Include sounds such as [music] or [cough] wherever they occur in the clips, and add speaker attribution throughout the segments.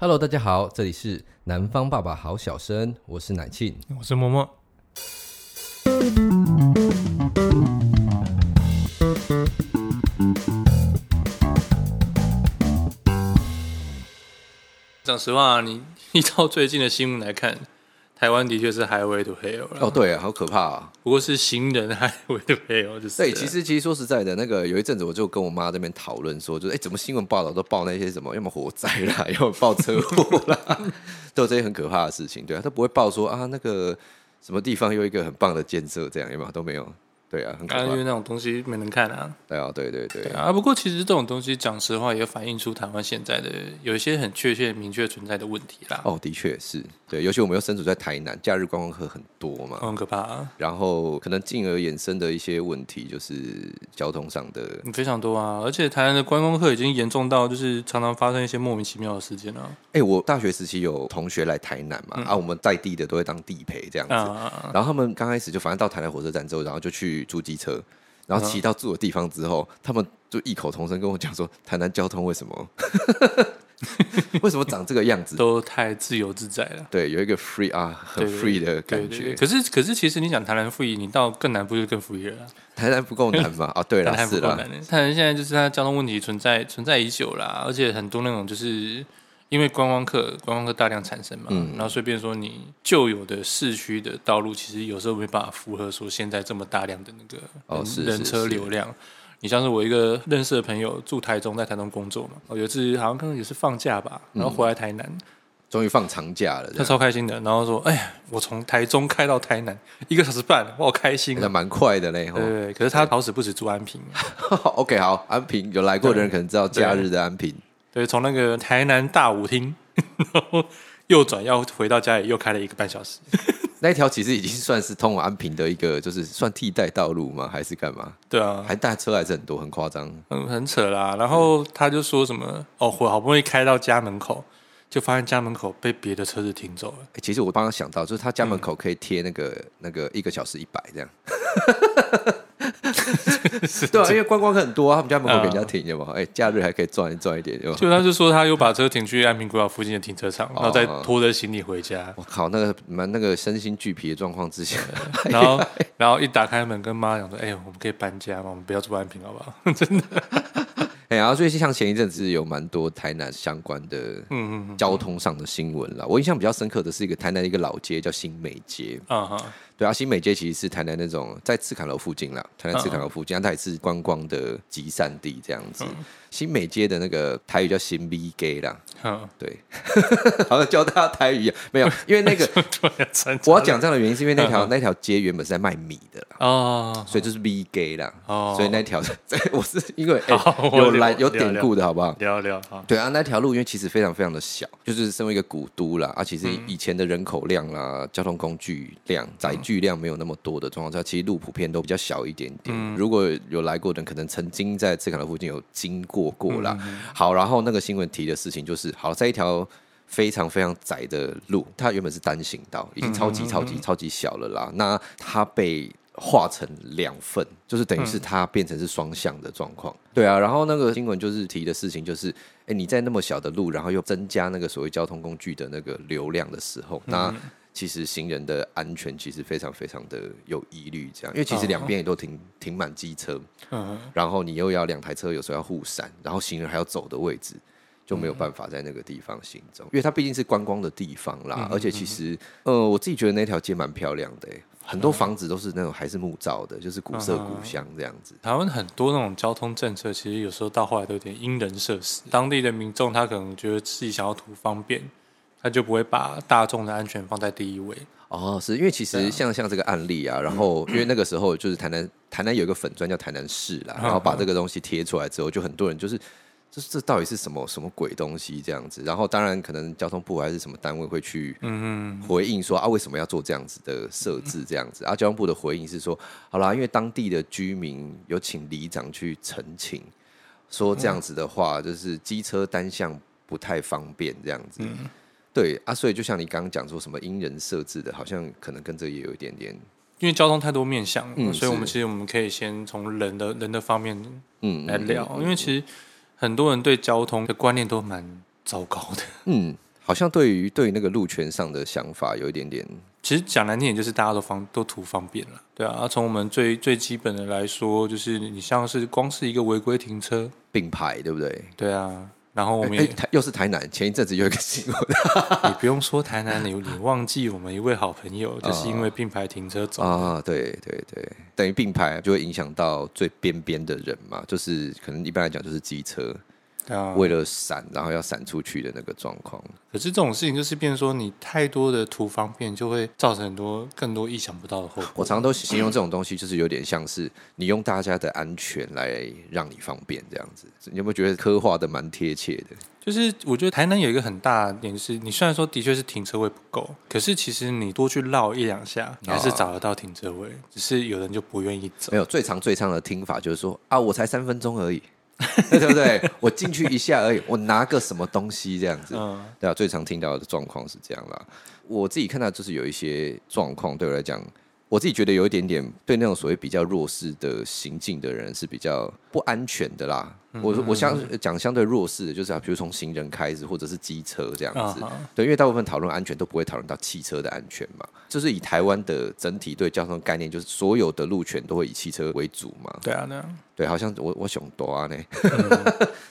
Speaker 1: Hello，大家好，这里是南方爸爸好小生，我是奶庆。
Speaker 2: 我是嬷嬷。讲实话，啊你依照最近的新闻来看，台湾的确是 highway to hell 了，
Speaker 1: 哦，对啊，好可怕啊！哎
Speaker 2: 不过是行人 highway to hell，就是
Speaker 1: 对，其实其实说实在的，那个有一阵子我就跟我妈这边讨论说，就是哎，怎么新闻报道都报那些什么，要么火灾啦， [laughs] 要么报车祸啦， [laughs] 都有这些很可怕的事情，对啊，他不会报说啊那个什么地方有一个很棒的建设，这样有没有都没有，对啊，很可
Speaker 2: 啊，因
Speaker 1: 怕
Speaker 2: 为，那种东西没人看啊。
Speaker 1: 对啊，对对对
Speaker 2: 对，啊，不过其实这种东西，讲实话，也反映出台湾现在的有一些很确切、明确存在的问题啦，
Speaker 1: 哦，的确是对，尤其我们又身处在台南，假日观光客很多嘛，
Speaker 2: 很可怕、啊，
Speaker 1: 然后可能进而衍生的一些问题，就是交通上的。
Speaker 2: 非常多啊。而且台湾的观光客已经严重到，就是常常发生一些莫名其妙的事件啊。
Speaker 1: 哎，我大学时期有同学来台南
Speaker 2: 嗯
Speaker 1: 嘛，啊，我们在地的都会当地陪这样子。
Speaker 2: 啊，
Speaker 1: 然后他们刚开始就反正到台南火车站之后，然后就去租机车，然后
Speaker 2: 嗯
Speaker 1: 骑到住的地方之后，他们就异口同声跟我讲说，台南交通为什么 [laughs] 为什么长这个样子？
Speaker 2: 都太自由自在了。
Speaker 1: 对，有一个 free 啊，很
Speaker 2: 对
Speaker 1: free 的
Speaker 2: 对
Speaker 1: 感
Speaker 2: 对
Speaker 1: 觉。
Speaker 2: 对，可是可是，其实你讲台南富裕，你到更南部就更富裕了啊。
Speaker 1: [laughs] 台南不够难嘛？啊，对
Speaker 2: [laughs] 台
Speaker 1: 啦，
Speaker 2: 南
Speaker 1: 是
Speaker 2: 不够
Speaker 1: 啦，
Speaker 2: 南的，台南现在就是它交通问题存在存在已久啦，而且很多那种就是因为观光客观光客大量产生嘛，
Speaker 1: 嗯
Speaker 2: 然后随便说你旧有的市区的道路，其实有时候没办法符合说现在这么大量的那个
Speaker 1: 哦
Speaker 2: 人
Speaker 1: 是
Speaker 2: 人
Speaker 1: 是
Speaker 2: 车
Speaker 1: 是
Speaker 2: 流量。你像是我一个认识的朋友住台中，在台中工作嘛，哦我有一次好像刚刚也是放假吧，然
Speaker 1: 嗯
Speaker 2: 后回来台南，
Speaker 1: 终于放长假了，这
Speaker 2: 他 [laughs]
Speaker 1: 样
Speaker 2: 超开心的，然后说：“哎呀，我从台中开到台南一个小时半，我好开心
Speaker 1: 那
Speaker 2: 啊！”
Speaker 1: 蛮快的嘞。吼
Speaker 2: 对对对，可是他好死不死住安平，啊
Speaker 1: OK，好，安平有来过的人可能知道假日的安平，
Speaker 2: 对，从那个台南大舞厅， [laughs] 然后右转要回到家里，又开了一个半小时。
Speaker 1: 那一条其实已经算是通往安平的一个，就是算替代道路吗？还是干嘛？
Speaker 2: 对啊，
Speaker 1: 还大车还是很多，很夸张。
Speaker 2: 很很扯啦。然后他就说什么哦，我好不容易开到家门口，就发现家门口被别的车子停走了。
Speaker 1: 欸其实我帮他想到，就是他家门口可以贴那个、那个一个小时一百这样。 [laughs] 对啊，因为观光客很多、啊，他们家门口给人家停的嘛。哎、假日还可以赚一赚一点，对吧？
Speaker 2: 就他就说他又把车停去安平国小附近的停车场，然后再
Speaker 1: 哦
Speaker 2: 拖着行李回家。
Speaker 1: 我靠，那个蛮那个身心俱疲的状况之下， [laughs]
Speaker 2: 然后，然后一打开门，跟妈讲说：“哎、我们可以搬家吗？我们不要住安平，好不好？”真的，
Speaker 1: 哎、然后所以像前一阵子有蛮多台南相关的
Speaker 2: 嗯嗯
Speaker 1: 交通上的新闻啦。我印象比较深刻的是一个台南的一个老街叫新美街，
Speaker 2: 嗯，啊哈，
Speaker 1: 对啊，新美街其实是台南那种在赤坎楼附近啦，台南赤
Speaker 2: 嗯
Speaker 1: 坎楼附近，啊它也是观光的集散地这样子。新美街的那个台语叫新 B 街啦，
Speaker 2: [laughs] 嗯，
Speaker 1: 对， [laughs] 好像教大家台语一样，没有，因为那
Speaker 2: [laughs]
Speaker 1: 个
Speaker 2: 突然参加
Speaker 1: 我要讲这样的原因是因为那条
Speaker 2: 嗯
Speaker 1: 那条街原本是在卖米的啦。
Speaker 2: 哦，
Speaker 1: 所以就是 B gay 啦，
Speaker 2: 哦
Speaker 1: 所以那条 [laughs] 我是因为、哎
Speaker 2: 好我
Speaker 1: 有
Speaker 2: 了
Speaker 1: 来有
Speaker 2: 了
Speaker 1: 典
Speaker 2: 了
Speaker 1: 故的好不好？
Speaker 2: 聊聊啊，
Speaker 1: 对啊，那条路因为其实非常非常的小，就是身为一个古都啦，啊，其实以前的人口量啦、交通工具量、载具量没有那么多的状况下，其实路普遍都比较小一点点。如果有来过的人，可能曾经在赤坎楼附近有经过过啦。好，然后那个新闻提的事情就是，好在一条。非常非常窄的路，它原本是单行道，已经超级超级超级小了啦。那它被划成两份，就是等于是它变成是双向的状况。对啊，然后那个新闻就是提的事情就是，哎，你在那么小的路，然后又增加那个所谓交通工具的那个流量的时候，那其实行人的安全其实非常非常的有疑虑，这样，因为其实两边也都停停满机车，
Speaker 2: 嗯，
Speaker 1: 然后你又要两台车有时候要互闪，然后行人还要走的位置，就没有办法在那个地方行走，因为它毕竟是观光的地方啦。而且其实，呃，我自己觉得那条街蛮漂亮的、欸，很多房子都是那种还是木造的，就是古色古香这样子。
Speaker 2: 台湾很多那种交通政策，其实有时候到后来都有点因人设施。当地的民众他可能觉得自己想要图方便，他就不会把大众的安全放在第一位。
Speaker 1: 哦，是因为其实像像这个案例啊，然后因为那个时候就是台南台南有一个粉砖叫台南市啦，然后把这个东西贴出来之后，就很多人就是。这这到底是什么什么鬼东西这样子？然后当然可能交通部还是什么单位会去回应说啊为什么要做这样子的设置这样子？啊交通部的回应是说，好啦，因为当地的居民有请里长去澄清，说这样子的话，就是机车单向不太方便这样子。对啊，所以就像你刚刚讲说什么因人设置的，好像可能跟这也有一点点，
Speaker 2: 因为交通太多面向了，
Speaker 1: 嗯
Speaker 2: 所以我们
Speaker 1: 是
Speaker 2: 其实我们可以先从人的人的方面
Speaker 1: 嗯，
Speaker 2: 来聊，
Speaker 1: 嗯
Speaker 2: 因为其实很多人对交通的观念都蛮糟糕的。
Speaker 1: 嗯，好像对于对于那个路权上的想法有一点点，
Speaker 2: 其实讲难听点，就是大家都方都图方便了，对啊。啊从我们最最基本的来说，就是你像是光是一个违规停车，
Speaker 1: 并排，对不对？
Speaker 2: 对啊。然后我们
Speaker 1: 哎、
Speaker 2: 也、
Speaker 1: 台又是台南，前一阵子有一个新闻， [laughs] 啊
Speaker 2: 你不用说台南，你你忘记我们一位好朋友，就是因为并排停车走，
Speaker 1: 啊，对对对，等于并排就会影响到最边边的人嘛，就是可能一般来讲就是机车
Speaker 2: 对啊。
Speaker 1: 为了闪，然后要闪出去的那个状况。
Speaker 2: 可是这种事情就是变成说，你太多的图方便，就会造成很多更多意想不到的后
Speaker 1: 我
Speaker 2: 果。
Speaker 1: 常常都形容这种东西，就是有点像是你用大家的安全来让你方便这样子。你有没有觉得刻画的蛮贴切的？
Speaker 2: 就是我觉得台南有一个很大的点是，你虽然说的确是停车位不够，可是其实你多去绕一两下，你还是找得到停车位，只是有人就不愿意走
Speaker 1: 没。有最常最常的听法就是说啊，我才三分钟而已， [laughs] 对不
Speaker 2: [laughs]
Speaker 1: 对？我进去一下而已，我拿个什么东西这样子。
Speaker 2: 嗯，
Speaker 1: 对啊，最常听到的状况是这样啦。我自己看到就是有一些状况，对我来讲，我自己觉得有一点点对那种所谓比较弱势的行径的人是比较不安全的啦。我我相
Speaker 2: 嗯
Speaker 1: 讲相对弱势的就是啊，比如从行人开始，或者是机车这样子。
Speaker 2: 啊哈
Speaker 1: 对，因为大部分讨论安全都不会讨论到汽车的安全嘛，就是以台湾的整体对交通概念，就是所有的路权都会以汽车为主嘛。
Speaker 2: 对啊，对啊，
Speaker 1: 对，好像我我想多啊呢、 [laughs]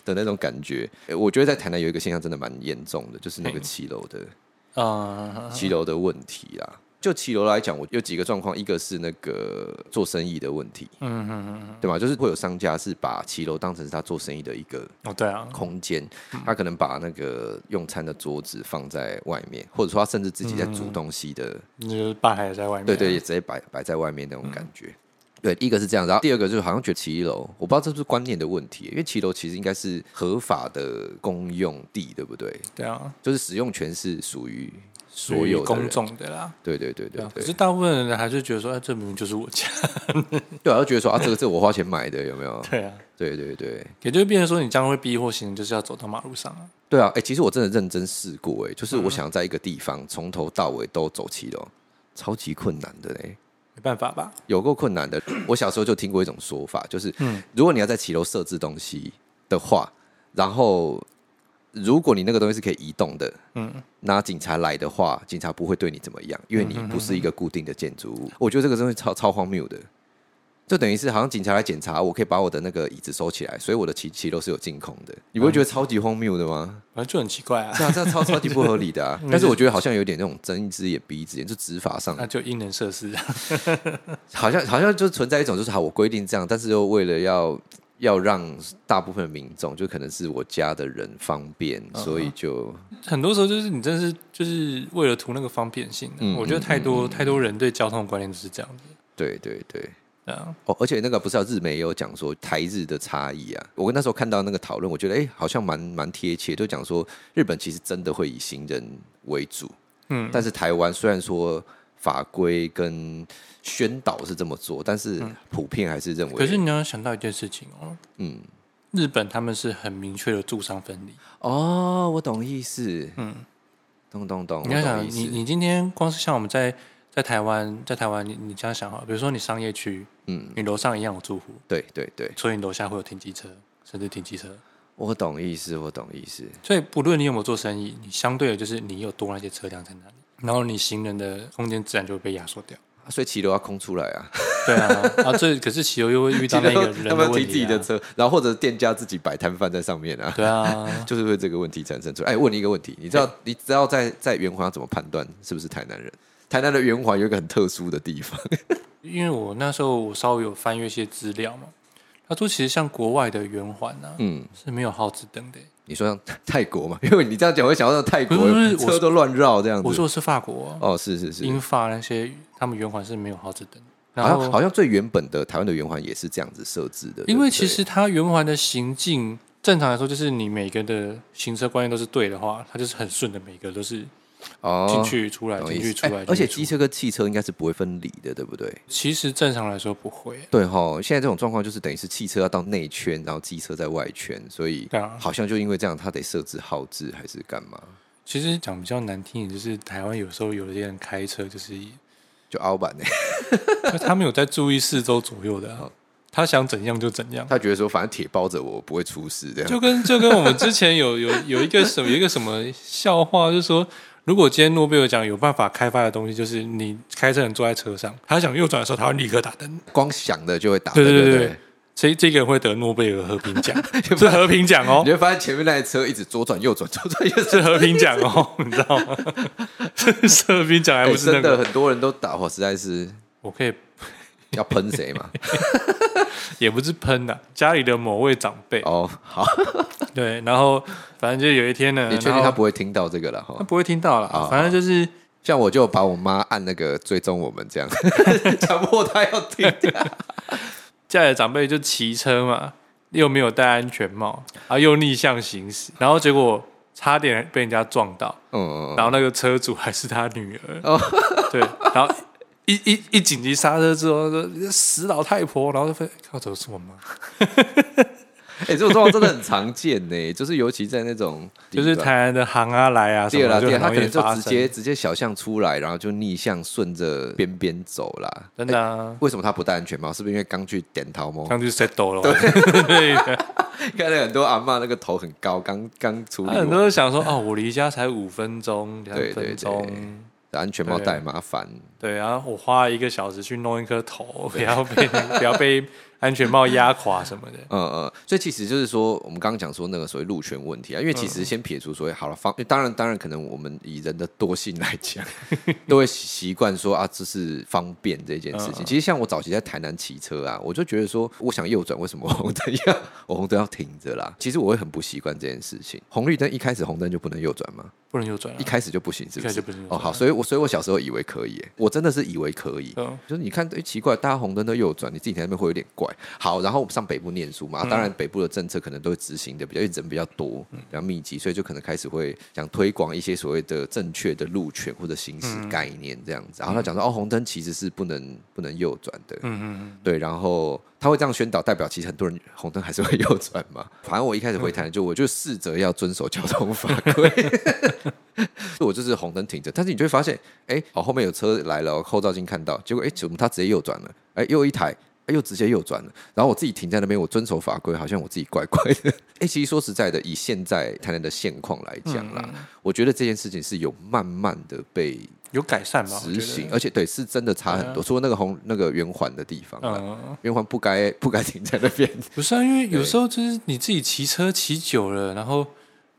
Speaker 1: 的那种感觉。诶我觉得在台南有一个现象真的蛮严重的，就是那个
Speaker 2: 嘿
Speaker 1: 骑楼的
Speaker 2: 嗯，
Speaker 1: 骑楼的问题啦。就骑楼来讲，我有几个状况，一个是那个做生意的问题，嗯嗯嗯，对吧？就是会有商家是把骑楼当成是他做生意的一个
Speaker 2: 哦，对啊，
Speaker 1: 空间，他可能把那个用餐的桌子放在外面，或者说他甚至自己在煮东西的
Speaker 2: 你就是爸还在外面，
Speaker 1: 对对，也，直接摆摆在外面那
Speaker 2: 嗯
Speaker 1: 种感觉。对，一个是这样，然后第二个就是好像觉得骑楼，我不知道这是不是观念的问题，因为骑楼其实应该是合法的公用地，对不对？
Speaker 2: 对啊，
Speaker 1: 就是使用权是属于所有的人
Speaker 2: 公。众的啦。
Speaker 1: 对对对
Speaker 2: 对
Speaker 1: 对
Speaker 2: 啊，可
Speaker 1: 对，
Speaker 2: 是大部分人还是觉得说，哎，这明明就是我家。
Speaker 1: 对啊，就觉得说啊，这个这个我花钱买的，有没
Speaker 2: [laughs]
Speaker 1: 有？
Speaker 2: 对啊，
Speaker 1: 对对对
Speaker 2: 也就是变成说，你将会逼迫行人就是要走到马路上啊。
Speaker 1: 对啊！哎、其实我真的认真试过、哎，就是
Speaker 2: 嗯
Speaker 1: 我想在一个地方从头到尾都走骑楼，超级困难的嘞、
Speaker 2: 没办法吧？
Speaker 1: 有够困难的。 [clears throat] 我小时候就听过一种说法，就是、如果你要在骑楼设置东西的话，然后如果你那个东西是可以移动的，嗯，那警察来的话，警察不会对你怎么样，因为你不是一个固定的建筑物。我觉得这个东西超超荒谬的。就等于是好像警察来检查，我可以把我的那个椅子收起来，所以我的骑骑楼是有净空的。你不会觉得超级荒谬的吗？
Speaker 2: 反正就很奇怪啊。
Speaker 1: 这样这样超超级不合理的啊！但是我觉得好像有点那种睁一只眼闭一只眼，就执法上
Speaker 2: 那就因人设施啊， [laughs]
Speaker 1: 好像好像就存在一种就是好，我规定这样，但是又为了要要让大部分的民众，就可能是我家的人方便，
Speaker 2: 嗯
Speaker 1: 所以就
Speaker 2: 很多时候就是你真的是就是为了图那个方便性、啊，
Speaker 1: 嗯
Speaker 2: 我觉得太多、太多人对交通的观念就是这样子，
Speaker 1: 对对对。
Speaker 2: 对啊，
Speaker 1: 哦，而且那个不是啊，日媒也有讲说台日的差异啊。我那时候看到那个讨论，我觉得哎、诶好像蛮蛮贴切，就讲说日本其实真的会以行人为主，嗯，但是台湾虽然说法规跟宣导是这么做，但是普遍还是认为，
Speaker 2: 嗯可是你要想到一件事情哦，
Speaker 1: 嗯，
Speaker 2: 日本他们是很明确的住商分离，
Speaker 1: 哦，我懂意思，嗯，懂懂懂，
Speaker 2: 你要
Speaker 1: 我懂
Speaker 2: 想
Speaker 1: 意思
Speaker 2: 你你今天光是像我们在在台湾在台湾你你这样想好了，比如说你商业区，
Speaker 1: 嗯，
Speaker 2: 你楼上一样有住户，
Speaker 1: 对对对，
Speaker 2: 所以你楼下会有停机车，甚至停机车，
Speaker 1: 我懂意思，我懂意思，
Speaker 2: 所以不论你有没有做生意，你相对的就是你有多那些车辆在那里，然后你行人的空间自然就会被压缩掉。
Speaker 1: 啊所以骑楼要空出来啊，
Speaker 2: 对 [laughs] 啊，啊，这可是骑楼又会遇到那
Speaker 1: 然后
Speaker 2: 个
Speaker 1: [laughs]
Speaker 2: 人
Speaker 1: 他
Speaker 2: 的
Speaker 1: 们
Speaker 2: 问
Speaker 1: 停
Speaker 2: 题、啊，
Speaker 1: 自己的车，然后或者店家自己摆摊贩在上面啊，
Speaker 2: 对啊，
Speaker 1: 就是会这个问题产生出来。哎，问你一个问题，你知道你知道在在圆环要怎么判断是不是台南人？台南的圆环有一个很特殊的地方， [laughs]
Speaker 2: 因为我那时候我稍微有翻阅一些资料嘛，他说其实像国外的圆环啊，
Speaker 1: 嗯，
Speaker 2: 是没有耗子灯的欸、
Speaker 1: 你说像泰国嘛，因为你这样讲会想到泰国
Speaker 2: 不是不是我
Speaker 1: 车都乱绕这样
Speaker 2: 我
Speaker 1: 子。
Speaker 2: 说的是法国、啊、
Speaker 1: 嗯哦，是是是，
Speaker 2: 英法那些，他们圆环是没有耗子灯，
Speaker 1: 好
Speaker 2: 然
Speaker 1: 像
Speaker 2: 后
Speaker 1: 好像最原本的台湾的圆环也是这样子设置的，
Speaker 2: 因为
Speaker 1: 对不对
Speaker 2: 其实它圆环的行进，正常来说就是你每个的行车观念都是对的话，它就是很顺的，每个都是
Speaker 1: 哦
Speaker 2: 进去出来，
Speaker 1: 懂
Speaker 2: 进
Speaker 1: 意
Speaker 2: 去
Speaker 1: 思
Speaker 2: 出
Speaker 1: 哎
Speaker 2: 来，
Speaker 1: 而且机
Speaker 2: 进去出
Speaker 1: 车
Speaker 2: 来
Speaker 1: 跟汽车应该是不会分离的，对不对？
Speaker 2: 其实正常来说不会、
Speaker 1: 对哈，现在这种状况就是等于是汽车要到内圈，然后机车在外圈，所以
Speaker 2: 对啊
Speaker 1: 好像就因为这样，它得设置号志还是干嘛？
Speaker 2: 其实讲比较难听一点，就是台湾有时候有些人 [laughs] 开车，就是
Speaker 1: 就凹版呢、
Speaker 2: 他们有在注意四周左右的啊、他想怎样就怎样，
Speaker 1: 他觉得说反正铁包着我不会出事这样。
Speaker 2: 就跟就跟我们之前有有有一个什么有一个什么笑话，就是说。如果今天诺贝尔奖有办法开发的东西，就是你开车人坐在车上，他想右转的时候，他会立刻打灯。
Speaker 1: 光想的就会打，
Speaker 2: 对
Speaker 1: 对
Speaker 2: 对对
Speaker 1: 对
Speaker 2: 对，这这个人会得诺贝尔和平奖，
Speaker 1: [laughs]
Speaker 2: 是和平奖哦
Speaker 1: 你，会发现前面那台车一直左转右转左转右转，
Speaker 2: 是和平奖哦， [laughs] 你知道吗？这是和平 [laughs] 奖还
Speaker 1: 哎
Speaker 2: 不是那
Speaker 1: 真的
Speaker 2: 个？
Speaker 1: 很多人都打，我实在是
Speaker 2: 我可以
Speaker 1: 要喷谁
Speaker 2: [laughs]
Speaker 1: 嘛？
Speaker 2: 也不是喷的、家里的某位长辈
Speaker 1: 哦，好，
Speaker 2: 对，然后反正就有一天呢，
Speaker 1: 你确定
Speaker 2: 然后
Speaker 1: 他不会听到这个了
Speaker 2: 他
Speaker 1: 哈？
Speaker 2: 不会听到
Speaker 1: 哦
Speaker 2: 了，反正就是
Speaker 1: 像我就把我妈按那个追踪我们这样， [laughs] 强迫她要听。
Speaker 2: 家里的长辈就骑车嘛，又没有戴安全帽，然后又逆向行驶，然后结果差点被人家撞到，
Speaker 1: 嗯，
Speaker 2: 然后那个车主还是他女儿，
Speaker 1: 哦
Speaker 2: [laughs] 对，然后一一一紧急刹车之后，说死老太婆，然后就分靠走是我妈，
Speaker 1: [laughs] 哎，这种状况真的很常见呢，就是尤其在那种
Speaker 2: 就是
Speaker 1: 地段
Speaker 2: 台南的行啊来啊什
Speaker 1: 对
Speaker 2: 么
Speaker 1: 啦，
Speaker 2: 的，就
Speaker 1: 对啦，
Speaker 2: 很
Speaker 1: 他可
Speaker 2: 容易
Speaker 1: 能就
Speaker 2: 发
Speaker 1: 直
Speaker 2: 生，
Speaker 1: 接直接小巷出来，然后就逆向顺着边边走啦。
Speaker 2: 真的啊，
Speaker 1: 为什么他不戴安全帽？是不是因为刚去点桃猫？
Speaker 2: 刚去 settle 了， [laughs] 对，
Speaker 1: [laughs] 看到很多阿嬷那个头很高，刚刚处
Speaker 2: 他
Speaker 1: 理
Speaker 2: 很
Speaker 1: 完
Speaker 2: 多人想说哦，我离家才五分钟，两
Speaker 1: 对对
Speaker 2: 分
Speaker 1: 对
Speaker 2: 钟。
Speaker 1: 安全帽戴麻烦。
Speaker 2: 对，然后我花了一个小时去弄一颗头， [laughs] 不要被不要被安全帽压垮什么的。
Speaker 1: 嗯嗯，所以其实就是说，我们刚刚讲说那个所谓路权问题啊，因为其实先撇除所谓好了方，当然当然可能我们以人的多性来讲， [laughs] 都会习惯说啊，这是方便这件事情。其实像我早期在台南骑车啊，我就觉得说，我想右转，为什么我 [laughs] 红灯要我红灯要停着啦？其实我会很不习惯这件事情。红绿灯一开始红灯就不能右转吗？
Speaker 2: 不能右转、啊
Speaker 1: 一，开始就不行，是不
Speaker 2: 一开
Speaker 1: 是？
Speaker 2: 始不行
Speaker 1: 哦，好，所以我所以我小时候以为可以耶，我真的是以为可以。
Speaker 2: 嗯
Speaker 1: 就是你看，哎、奇怪，大家红灯都右转，你自己在那边会有点怪。好，然后我们上北部念书嘛，当
Speaker 2: 嗯
Speaker 1: 然北部的政策可能都会执行的比较因为人比较多，比较密集，所以就可能开始会想推广一些所谓的正确的路权或者行驶
Speaker 2: 嗯
Speaker 1: 概念这样子。然后他讲说，哦，红灯其实是不能不能右转的，
Speaker 2: 嗯嗯
Speaker 1: 对，然后他会这样宣导，代表其实很多人红灯还是会 [laughs] 右转嘛。反正我一开始回台南就我就试着要遵守交通法规，我就是红灯停着，但是你就会发现，哎，哦后面有车来了，后照镜看到，结果哎怎么他直接右转了？哎又一台。哎又直接右转了，然后我自己停在那边，我遵守法规，好像我自己怪怪的。 [laughs] 哎，其实说实在的，以现在台南的现况来讲啦，我觉得这件事情是有慢慢的被
Speaker 2: 嗯，有改善吧？我
Speaker 1: 执
Speaker 2: 觉得
Speaker 1: 行，，而且对是真的差很多。除了那个红那个圆环的地方啦，
Speaker 2: 嗯，
Speaker 1: 圆环不该不该停在那边。
Speaker 2: 不是啊，因为有时候就是你自己骑车骑久了，然后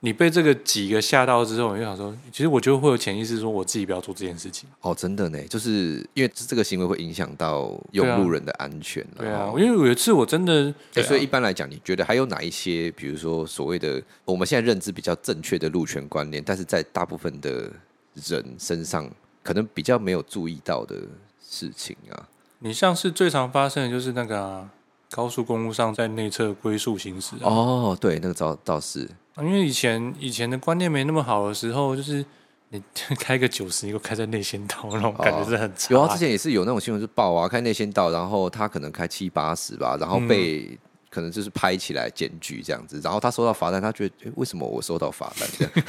Speaker 2: 你被这个几个吓到之后，你就想说，其实我就会有潜意识说，我自己不要做这件事情。
Speaker 1: [laughs] 哦，真的呢，就是因为这个行为会影响到
Speaker 2: 对
Speaker 1: 用
Speaker 2: 啊
Speaker 1: 路人的安全啦
Speaker 2: 对啊
Speaker 1: 哦，
Speaker 2: 因为有一次我真的，
Speaker 1: 哎
Speaker 2: 对啊
Speaker 1: 所以一般来讲，你觉得还有哪一些，比如说所谓的我们现在认知比较正确的路权观念，但是在大部分的人身上可能比较没有注意到的事情啊？
Speaker 2: 你像是最常发生的就是那个啊、高速公路上在内侧龟速行驶啊、
Speaker 1: 哦，对，那个倒倒是，
Speaker 2: 啊因为以前以前的观念没那么好的时候，就是你开个九十，你给我开在内线道，那种感觉是很差。
Speaker 1: 有啊，之前也是有那种新闻是报啊，开内线道，然后他可能开七八十吧，然后被、
Speaker 2: 嗯
Speaker 1: 可能就是拍起来检举这样子，然后他收到罚单，他觉得、诶为什么我收到罚单这样，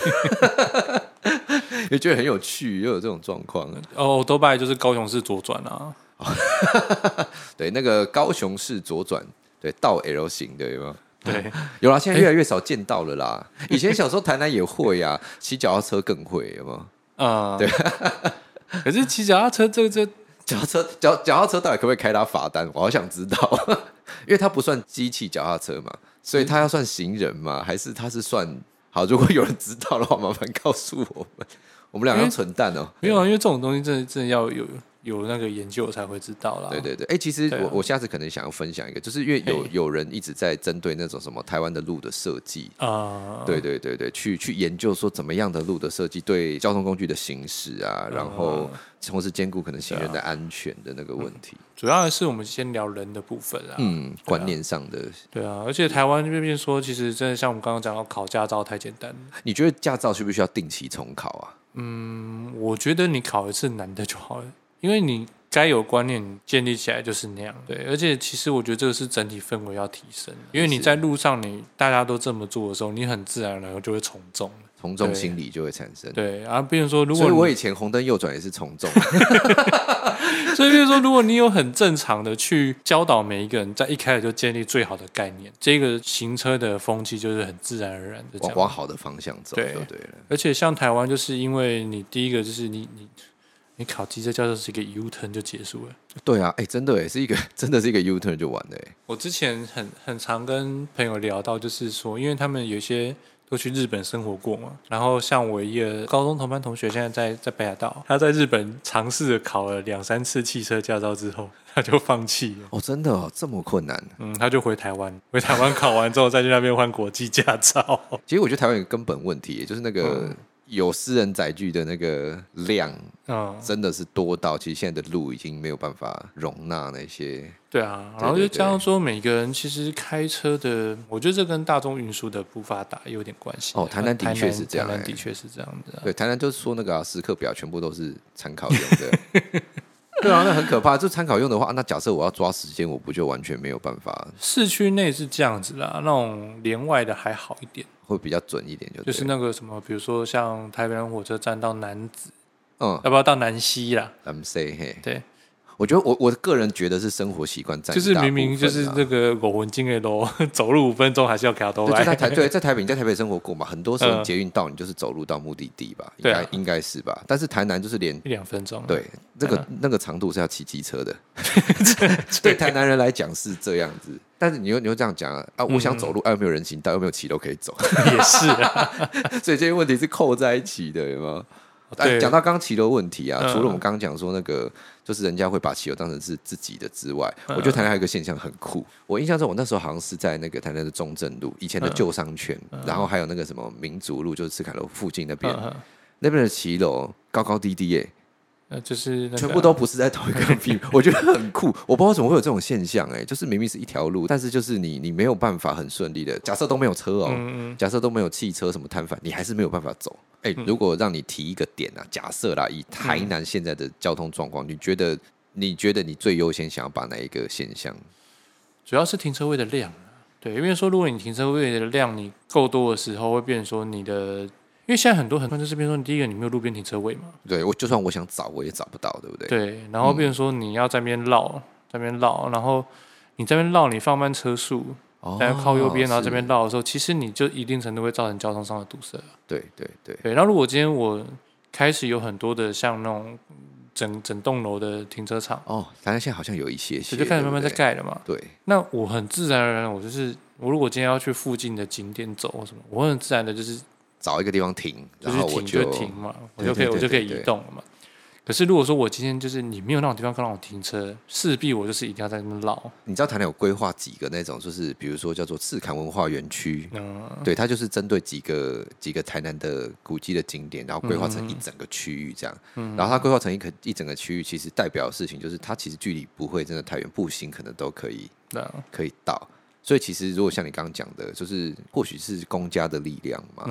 Speaker 1: [laughs] 也觉得很有趣，又有这种状况。啊
Speaker 2: 哦，多拜就是高雄市左转啊，
Speaker 1: 对，那个高雄市左转，对，倒 L 型的有没有？
Speaker 2: 对，
Speaker 1: 有啦，现在越来越少见到了啦。以前小时候台南也会啊， [laughs] 骑脚踏车更会，有没有？嗯
Speaker 2: [laughs] 啊、对。可是骑脚踏车这个这
Speaker 1: 脚踏车脚脚踏车到底可不可以开他罚单？我好想知道， [laughs] 因为他不算机器脚踏车嘛，所以他要算行人嘛，还是他是算好？如果有人知道的话，麻烦告诉我们， [laughs] 我们两个要蠢蛋哦、
Speaker 2: 没有啊，因为这种东西真的真的要有有那个研究才会知道啦。
Speaker 1: 对对对，哎、其实我、
Speaker 2: 对啊
Speaker 1: 我下次可能想要分享一个，就是因为有
Speaker 2: 嘿
Speaker 1: 有人一直在针对那种什么台湾的路的设计，
Speaker 2: 啊、
Speaker 1: 对对对对，去去研究说怎么样的路的设计对交通工具的行驶啊，然后同时兼顾可能行人的
Speaker 2: 啊
Speaker 1: 安全的那个问题，
Speaker 2: 主要还是我们先聊人的部分啦。啊
Speaker 1: 嗯，观念上的
Speaker 2: 对啊，而且台湾这边说，其实真的像我们刚刚讲到考驾照太简单了，
Speaker 1: 你觉得驾照需不需要定期重考啊？
Speaker 2: 我觉得你考一次难的就好了，因为你该有观念建立起来就是那样。对，而且其实我觉得这个是整体氛围要提升，因为你在路上你大家都这么做的时候，你很自然而然就会从众。
Speaker 1: 从众心理就会产生。
Speaker 2: 对啊，比如说如果
Speaker 1: 所以
Speaker 2: 你
Speaker 1: 我以前红灯右转也是从众，
Speaker 2: [laughs] 所以就是说，如果你有很正常的去教导每一个人，在一开始就建立最好的概念，这个行车的风气就是很自然而然的这
Speaker 1: 往
Speaker 2: 样。
Speaker 1: 往好的方向走就
Speaker 2: 对
Speaker 1: 对了。
Speaker 2: 而且像台湾，就是因为你第一个就是你你你考机车驾照是一个 U turn 就结束了。
Speaker 1: 对啊，哎、真的哎，是一个真的是一个 U turn 就完了哎。
Speaker 2: 我之前很很常跟朋友聊到，就是说，因为他们有一些都去日本生活过嘛，然后像我一个高中同班同学，现在在在北海道，他在日本尝试着考了两三次汽车驾照之后， [laughs] 他就放弃了。
Speaker 1: 哦，真的、哦、这么困难？
Speaker 2: 嗯，他就回台湾，回台湾考完之后再去那边换国际驾照。 [laughs]
Speaker 1: 其实我觉得台湾有个根本问题，就是那个有私人载具的那个量
Speaker 2: 嗯，
Speaker 1: 真的是多到，其实现在的路已经没有办法容纳那些。
Speaker 2: 对啊，
Speaker 1: 对
Speaker 2: 然后就
Speaker 1: 对
Speaker 2: 加上说，每个人其实开车的，我觉得这跟大众运输的不发达有点关系。
Speaker 1: 哦台南的确是这样
Speaker 2: 台南
Speaker 1: 哎
Speaker 2: 的确是这样子、啊。
Speaker 1: 对，台南就是说那个啊时刻表全部都是参考用的。
Speaker 2: [laughs]
Speaker 1: 对啊，那很可怕。就参考用的话，啊那假设我要抓时间，我不就完全没有办法，
Speaker 2: 市区内是这样子啦，那种连外的还好一点，
Speaker 1: 会比较准一点就对了。
Speaker 2: 就是那个什么，比如说像台北人火车站到南子，
Speaker 1: 嗯
Speaker 2: 要不要到南西啦？
Speaker 1: ，M C 嘿，
Speaker 2: 对，
Speaker 1: 我觉得我我个人觉得是生活习惯占一
Speaker 2: 就
Speaker 1: 大部
Speaker 2: 是
Speaker 1: 分啊、
Speaker 2: 明明就是这个狗魂精的楼， [laughs] 走路五分钟还是要卡多
Speaker 1: 对，就在
Speaker 2: 来。
Speaker 1: 台对，在台北，你在台北生活过嘛？很多时候
Speaker 2: 嗯
Speaker 1: 捷运到你就是走路到目的地吧，应
Speaker 2: 对
Speaker 1: 该、
Speaker 2: 啊
Speaker 1: 应该是吧。但是台南就是连
Speaker 2: [laughs] 一两分钟，，
Speaker 1: 对那个、
Speaker 2: 嗯
Speaker 1: 那个长度是要骑机车的，对台南人来讲是这样子。但是你又你又这样讲啊，啊我想走
Speaker 2: 嗯
Speaker 1: 路，啊又没有人行道，又没有骑楼可以走，
Speaker 2: [laughs]
Speaker 1: [laughs]
Speaker 2: 也是啊，
Speaker 1: 所以这些问题是扣在一起的，有吗？哎，
Speaker 2: 对
Speaker 1: 讲到刚刚骑楼问题啊，
Speaker 2: 嗯
Speaker 1: 除了我们刚刚讲说那个，就是人家会把骑楼当成是自己的之外，
Speaker 2: 嗯
Speaker 1: 我觉得台南还有一个现象很酷。我印象中，我那时候好像是在那个台南的中正路以前
Speaker 2: 嗯
Speaker 1: 的旧商圈，然后还有那个什么民族路，就是赤坎楼附近那边，
Speaker 2: 嗯嗯
Speaker 1: 那边的骑楼高高低低耶、
Speaker 2: 呃，就是那个
Speaker 1: [laughs]
Speaker 2: 啊
Speaker 1: 全部都不是在同一个
Speaker 2: [laughs]
Speaker 1: 地方，我觉得很酷。我不知道为什么会有这种现象、哎，就是明明是一条路，但是就是你你没有办法很顺利的，假设都没有车哦，
Speaker 2: 嗯
Speaker 1: 假设都没有汽车什么摊贩，你还是没有办法走。哎、
Speaker 2: 嗯
Speaker 1: 如果让你提一个点啊，假设啦，以台南现在的交通状况，你觉得你觉得你最优先想要把哪一个现象？
Speaker 2: 主要是停车位的量啊。对，因为说如果你停车位的量你够多的时候，会变成说你的，因为现在很多很多就是变成说，第一个你没有路边停车位嘛，
Speaker 1: 对我就算我想找，我也找不到，对不对？嗯
Speaker 2: 对，然后变成说你要在那边绕，在那边绕，然后你这边绕，你放慢车速，
Speaker 1: 哦
Speaker 2: 然后靠右边，然啊后这
Speaker 1: 是
Speaker 2: 边绕的时候，其实你就一定程度会造成交通上的堵塞。
Speaker 1: 对对对，
Speaker 2: 对，然后如果今天我开始有很多的像那种整整栋楼的停车场，
Speaker 1: 哦，台南现在好像有一些些，
Speaker 2: 所以就开始慢慢在
Speaker 1: 对不对
Speaker 2: 盖了嘛。
Speaker 1: 对。
Speaker 2: 那我很自然而然，我就是我如果今天要去附近的景点走或什么，我很自然的就是
Speaker 1: 找一个地方停，
Speaker 2: 就
Speaker 1: 然
Speaker 2: 是
Speaker 1: 后我
Speaker 2: 停
Speaker 1: 就
Speaker 2: 停嘛，我
Speaker 1: 对
Speaker 2: 就可以
Speaker 1: 对
Speaker 2: 我
Speaker 1: 对
Speaker 2: 就可以
Speaker 1: 对对
Speaker 2: 移动了嘛。可是如果说我今天就是你没有那种地方让我停车，势必我就是一定要在那边绕。
Speaker 1: 你知道台南有规划几个那种，就是比如说叫做赤坎文化园区，
Speaker 2: 嗯，
Speaker 1: 对，它就是针对几个几个台南的古迹的景点，然后规划成一整个区域这样。然后它规划成一个一整个区域，其实代表的事情就是它其实距离不会真的太远，步行可能都可以
Speaker 2: 对啊，
Speaker 1: 可以到。所以其实如果像你刚刚讲的，就是或许是公家的力量嘛。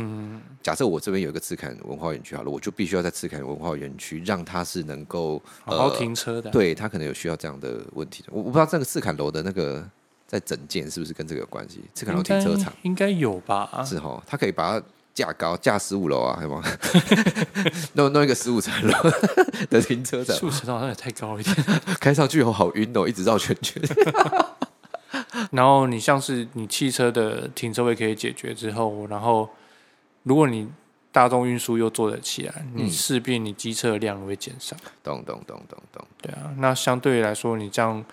Speaker 1: 假设我这边有一个赤坎文化园区好了，我就必须要在赤坎文化园区让它是能够
Speaker 2: 好好停车的啊、
Speaker 1: 对他可能有需要这样的问题。我我不知道这个赤坎楼的那个在整建是不是跟这个有关系？赤坎楼
Speaker 2: 应该
Speaker 1: 停车场
Speaker 2: 应该有吧？
Speaker 1: 是哈，他可以把它架高，架十五楼啊，有吗？ [laughs] 弄弄一个十五层楼的停车
Speaker 2: [laughs]
Speaker 1: 场，
Speaker 2: 树啊层好像也太高一点。 [laughs]
Speaker 1: 开上去以后好晕哦，一直绕圈圈。
Speaker 2: 然后你像是你汽车的停车位可以解决之后，然后如果你大众运输又做得起来，
Speaker 1: 嗯
Speaker 2: 你势必你机车的量会减少。
Speaker 1: 咚咚咚咚咚，
Speaker 2: 对啊，那相对来说，你这样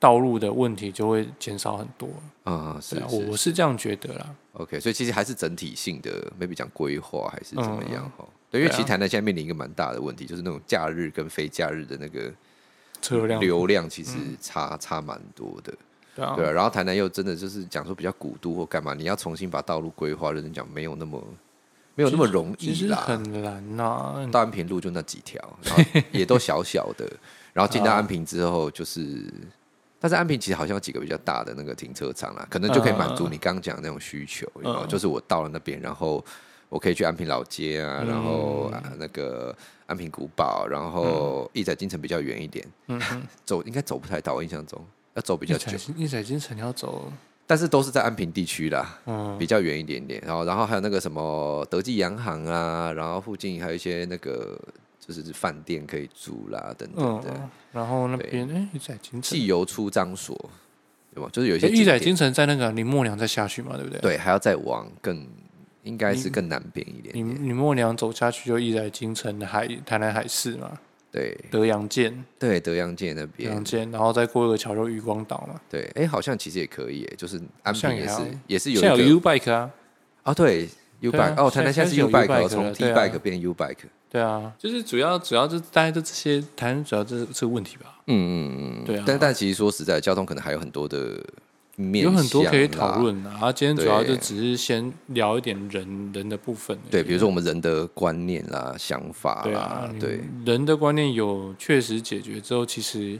Speaker 2: 道路的问题就会减少很多。
Speaker 1: 啊、是
Speaker 2: 对啊，
Speaker 1: 是
Speaker 2: 我是这样觉得啦。
Speaker 1: OK，所以其实还是整体性的，maybe 讲规划还是怎么样哈。对，因
Speaker 2: 对
Speaker 1: 为
Speaker 2: 啊
Speaker 1: 其实台南现在面临一个蛮大的问题，就是那种假日跟非假日的那个
Speaker 2: 车辆
Speaker 1: 流量，其实
Speaker 2: 嗯
Speaker 1: 差、差蛮多的。
Speaker 2: 对啊，
Speaker 1: 对啊，然后台南又真的就是讲说比较古都或干嘛，你要重新把道路规划，认真讲没有那么没有那么容
Speaker 2: 其
Speaker 1: 易
Speaker 2: 实
Speaker 1: 啦。
Speaker 2: 很难啊呐、
Speaker 1: 到安平路就那几条，然后也都小小的。然后进到
Speaker 2: 嗯
Speaker 1: 安平之后，就是，但是安平其实好像有几个比较大的那个停车场啦，可能就可以满
Speaker 2: 嗯
Speaker 1: 足你刚刚讲的那种需求。然后就是我到了那边，然后我可以去安平老街啊，然后、
Speaker 2: 嗯
Speaker 1: 啊那个安平古堡，然后义载金城比较
Speaker 2: 嗯
Speaker 1: 远一点，走应该走不太到，我印象中要走比
Speaker 2: 一
Speaker 1: 较久
Speaker 2: 彩。一彩金城要走
Speaker 1: 但是都是在安平地区啦，嗯，比较远一点点。然后，然后还有那个什么德记洋行啊，然后附近还有一些那个就是饭店可以住啦，等等的。
Speaker 2: 嗯，然后那边哎，玉仔金城，
Speaker 1: 汽油出张所，对吧？就是有一些
Speaker 2: 哎玉
Speaker 1: 景
Speaker 2: 仔
Speaker 1: 点
Speaker 2: 金城在那个林默娘再下去嘛，对不对？，
Speaker 1: 对，还要再往更应该是更南边一点
Speaker 2: 林
Speaker 1: 点。
Speaker 2: 林默娘走下去就玉仔金城海台南海市嘛，
Speaker 1: 对
Speaker 2: 德阳舰，
Speaker 1: 对，德阳街那
Speaker 2: 德
Speaker 1: 边
Speaker 2: 阳舰，然后再过一个桥就渔光岛嘛。
Speaker 1: 对，哎、好像其实也可以、耶，就是安
Speaker 2: 像
Speaker 1: 平
Speaker 2: 也
Speaker 1: 也
Speaker 2: 还好
Speaker 1: 是也是有
Speaker 2: 现在
Speaker 1: 一个
Speaker 2: 有 U Bike 啊，
Speaker 1: 哦，对 U
Speaker 2: 对啊
Speaker 1: bike，哦，台
Speaker 2: 现在
Speaker 1: 南现在
Speaker 2: 现在
Speaker 1: 是
Speaker 2: 有
Speaker 1: U bike，
Speaker 2: U-bike
Speaker 1: 哦从
Speaker 2: 了
Speaker 1: T
Speaker 2: 对啊
Speaker 1: bike 变 U bike，
Speaker 2: 对啊，就是主要主要就是大概就这些，台南主要这这个问题吧。嗯嗯嗯，对啊，
Speaker 1: 但但其实说实在，交通可能还有很多的面
Speaker 2: 有很多可以
Speaker 1: 向啦
Speaker 2: 讨。论啊。啊今天主要就
Speaker 1: 对
Speaker 2: 只是先聊一点人人的部分而已。
Speaker 1: 对，比如说我们人的观念啦、想法
Speaker 2: 嗯对
Speaker 1: 啦
Speaker 2: 啊，，
Speaker 1: 对，
Speaker 2: 你人的观念有确实解决之后，其实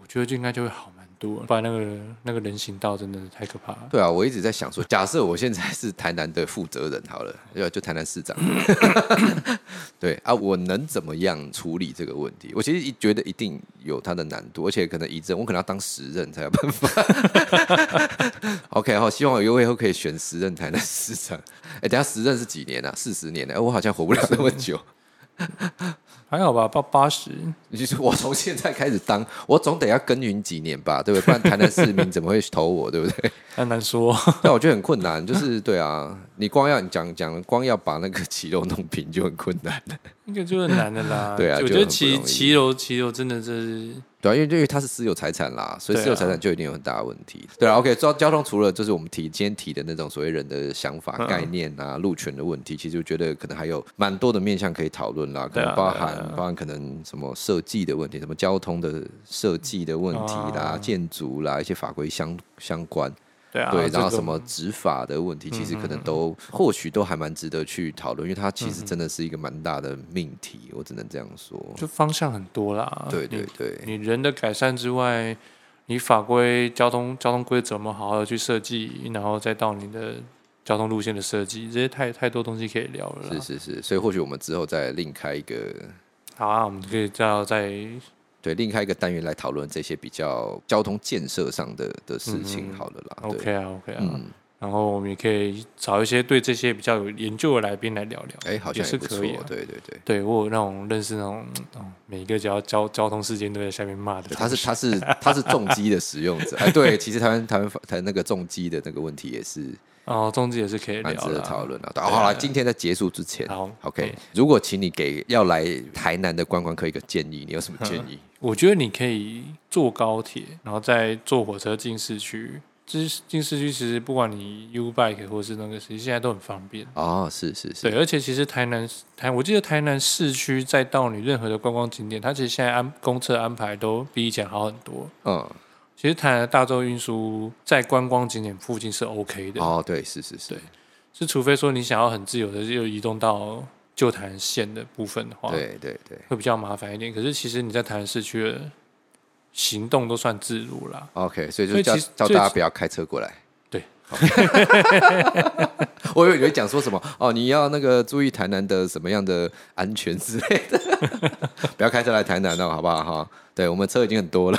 Speaker 2: 我觉得就应该就会好蛮多。不然那个那个人行道真的太可怕了。
Speaker 1: 对啊，我一直在想说，假设我现在是台南的负责人好了，对吧？就台南市
Speaker 2: [laughs]
Speaker 1: 长，对啊，我能怎么样处理这个问题？我其实一觉得一定有它的难度，而且可能一任我可能要当十任才有办法。OK，好， [laughs] 希望我有以后可以选十任台南市长。哎、等一下十任是几年啊？四十年呢、哎我好像活不了那么久。
Speaker 2: 还好吧，八八十，
Speaker 1: 你说我从现在开始当，我总得要耕耘几年吧， [laughs] 对不对？不然台南市民怎么会投我，对不对？
Speaker 2: 很难说。 [laughs]
Speaker 1: 但我觉得很困难，就是对啊，你光要你讲讲，光要把那个骑楼弄平就很困难了，
Speaker 2: 那个就很难的
Speaker 1: [laughs]
Speaker 2: 啦。
Speaker 1: 对啊
Speaker 2: 我
Speaker 1: 就
Speaker 2: 觉得
Speaker 1: 很不
Speaker 2: 骑
Speaker 1: 容易
Speaker 2: 骑楼骑楼真的是
Speaker 1: 对啊，因为因为它是私有财产啦，所以
Speaker 2: 对啊
Speaker 1: 私有财产就一定有很大的问题。对啊，OK，交交通除了就是我们提今天提的那种所谓人的想法、
Speaker 2: 嗯
Speaker 1: 概念啊、路权的问题，其实我觉得可能还有蛮多的面向可以讨论啦，可
Speaker 2: 对啊
Speaker 1: 能包
Speaker 2: 对啊
Speaker 1: 含
Speaker 2: 对啊
Speaker 1: 包含可能什么设计的问题，什么交通的设计的问题啦、
Speaker 2: 啊
Speaker 1: 建筑啦一些法规相相关。
Speaker 2: 对啊，
Speaker 1: 对，然后
Speaker 2: 这个嗯
Speaker 1: 什么执法的问题，其实可能都或许都还蛮值得去讨论，因为它其实真的是一个蛮大的命题，我只能这样说。
Speaker 2: 就啊嗯方向很多啦。
Speaker 1: 对
Speaker 2: 你
Speaker 1: 对对
Speaker 2: 你人的改善之外，你法规、交通交通规则我们好好的去设计，然后再到你的交通路线的设计，这些太太多东西可以聊了啦。
Speaker 1: 是是是，所以或许我们之后再另开一个
Speaker 2: 好啊，我们可以再到再
Speaker 1: 对另开一个单元来讨论这些比较交通建设上的的事情好了啦。对，
Speaker 2: 嗯 OK 啊 OK 啊，
Speaker 1: 嗯，
Speaker 2: 然后我们也可以找一些对这些比较有研究的来宾来聊聊。
Speaker 1: 哎，好像
Speaker 2: 也是
Speaker 1: 不错，
Speaker 2: 可以啊
Speaker 1: 对对对。
Speaker 2: 对我有那种认识那种，哦、每一个只要交交通事件都在下面骂的同事，
Speaker 1: 他是他是他是重机的使用
Speaker 2: [laughs]
Speaker 1: 者，哎，对，其实台湾台湾台那个重机的那个问题也是
Speaker 2: 哦，中间也是可以
Speaker 1: 蛮
Speaker 2: 聊
Speaker 1: 值得
Speaker 2: 的。啊
Speaker 1: 讨论的。好了，今天在结束之前，
Speaker 2: 好
Speaker 1: OK，
Speaker 2: 嗯
Speaker 1: 如果请你给要来台南的观光客一个建议，你有什么建
Speaker 2: [laughs]
Speaker 1: 议？
Speaker 2: 我觉得你可以坐高铁，然后再坐火车进市区。这进市区其实不管你 U bike 或是那个，其实现在都很方便。
Speaker 1: 哦，是是
Speaker 2: 对，
Speaker 1: 是，
Speaker 2: 而且其实台南台，我记得台南市区再到你任何的观光景点，它其实现在安公车安排都比以前好很多。
Speaker 1: 嗯，
Speaker 2: 其实台南的大众运输在观光景点附近是 OK 的，
Speaker 1: 哦，对，是是是
Speaker 2: 对，是除非说你想要很自由的就移动到旧台南县的部分的话，
Speaker 1: 对对对，
Speaker 2: 会比较麻烦一点。可是其实你在台南市区的行动都算自如啦。
Speaker 1: OK，所以
Speaker 2: 所
Speaker 1: 就
Speaker 2: 以
Speaker 1: 叫
Speaker 2: 其实
Speaker 1: 叫
Speaker 2: 所以
Speaker 1: 大家不要开车过来。
Speaker 2: 对
Speaker 1: 好， [laughs] 我以为你会讲说什么哦，你要那个注意台南的什么样的安全之类的， [laughs] 不要开车来台南了，哦好不好？哈，对我们车已经很多了，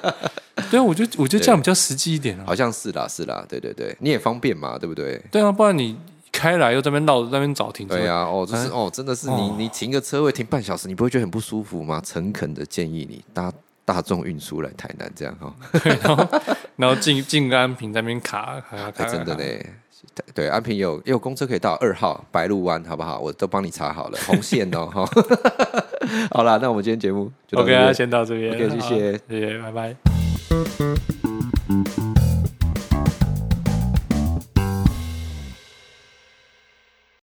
Speaker 1: [laughs]
Speaker 2: 对啊，我就我觉得这样比较实际一点啊。
Speaker 1: 好像是啦，是啦，对对对，你也方便嘛，对不对？
Speaker 2: 对啊，不然你开来又在那边绕，在那边找停车位。
Speaker 1: 对啊，哦，就是
Speaker 2: 哎
Speaker 1: 哦，真的是你
Speaker 2: 哦
Speaker 1: 你停个车位停半小时，你不会觉得很不舒服吗？诚恳的建议你搭大众运输来台南，这样哈，
Speaker 2: 对，然后然后进进个安平在那边卡卡卡卡
Speaker 1: 还
Speaker 2: 卡，
Speaker 1: 哎真的呢。对，安平有也有公车可以到二号白鹿湾，好不好？我都帮你查好了，红线哦，哈。 [laughs] 好啦，那我们今天节目就到这
Speaker 2: OK 啊
Speaker 1: 边
Speaker 2: 啊，先到这边
Speaker 1: OK，谢谢
Speaker 2: 好谢谢，拜拜。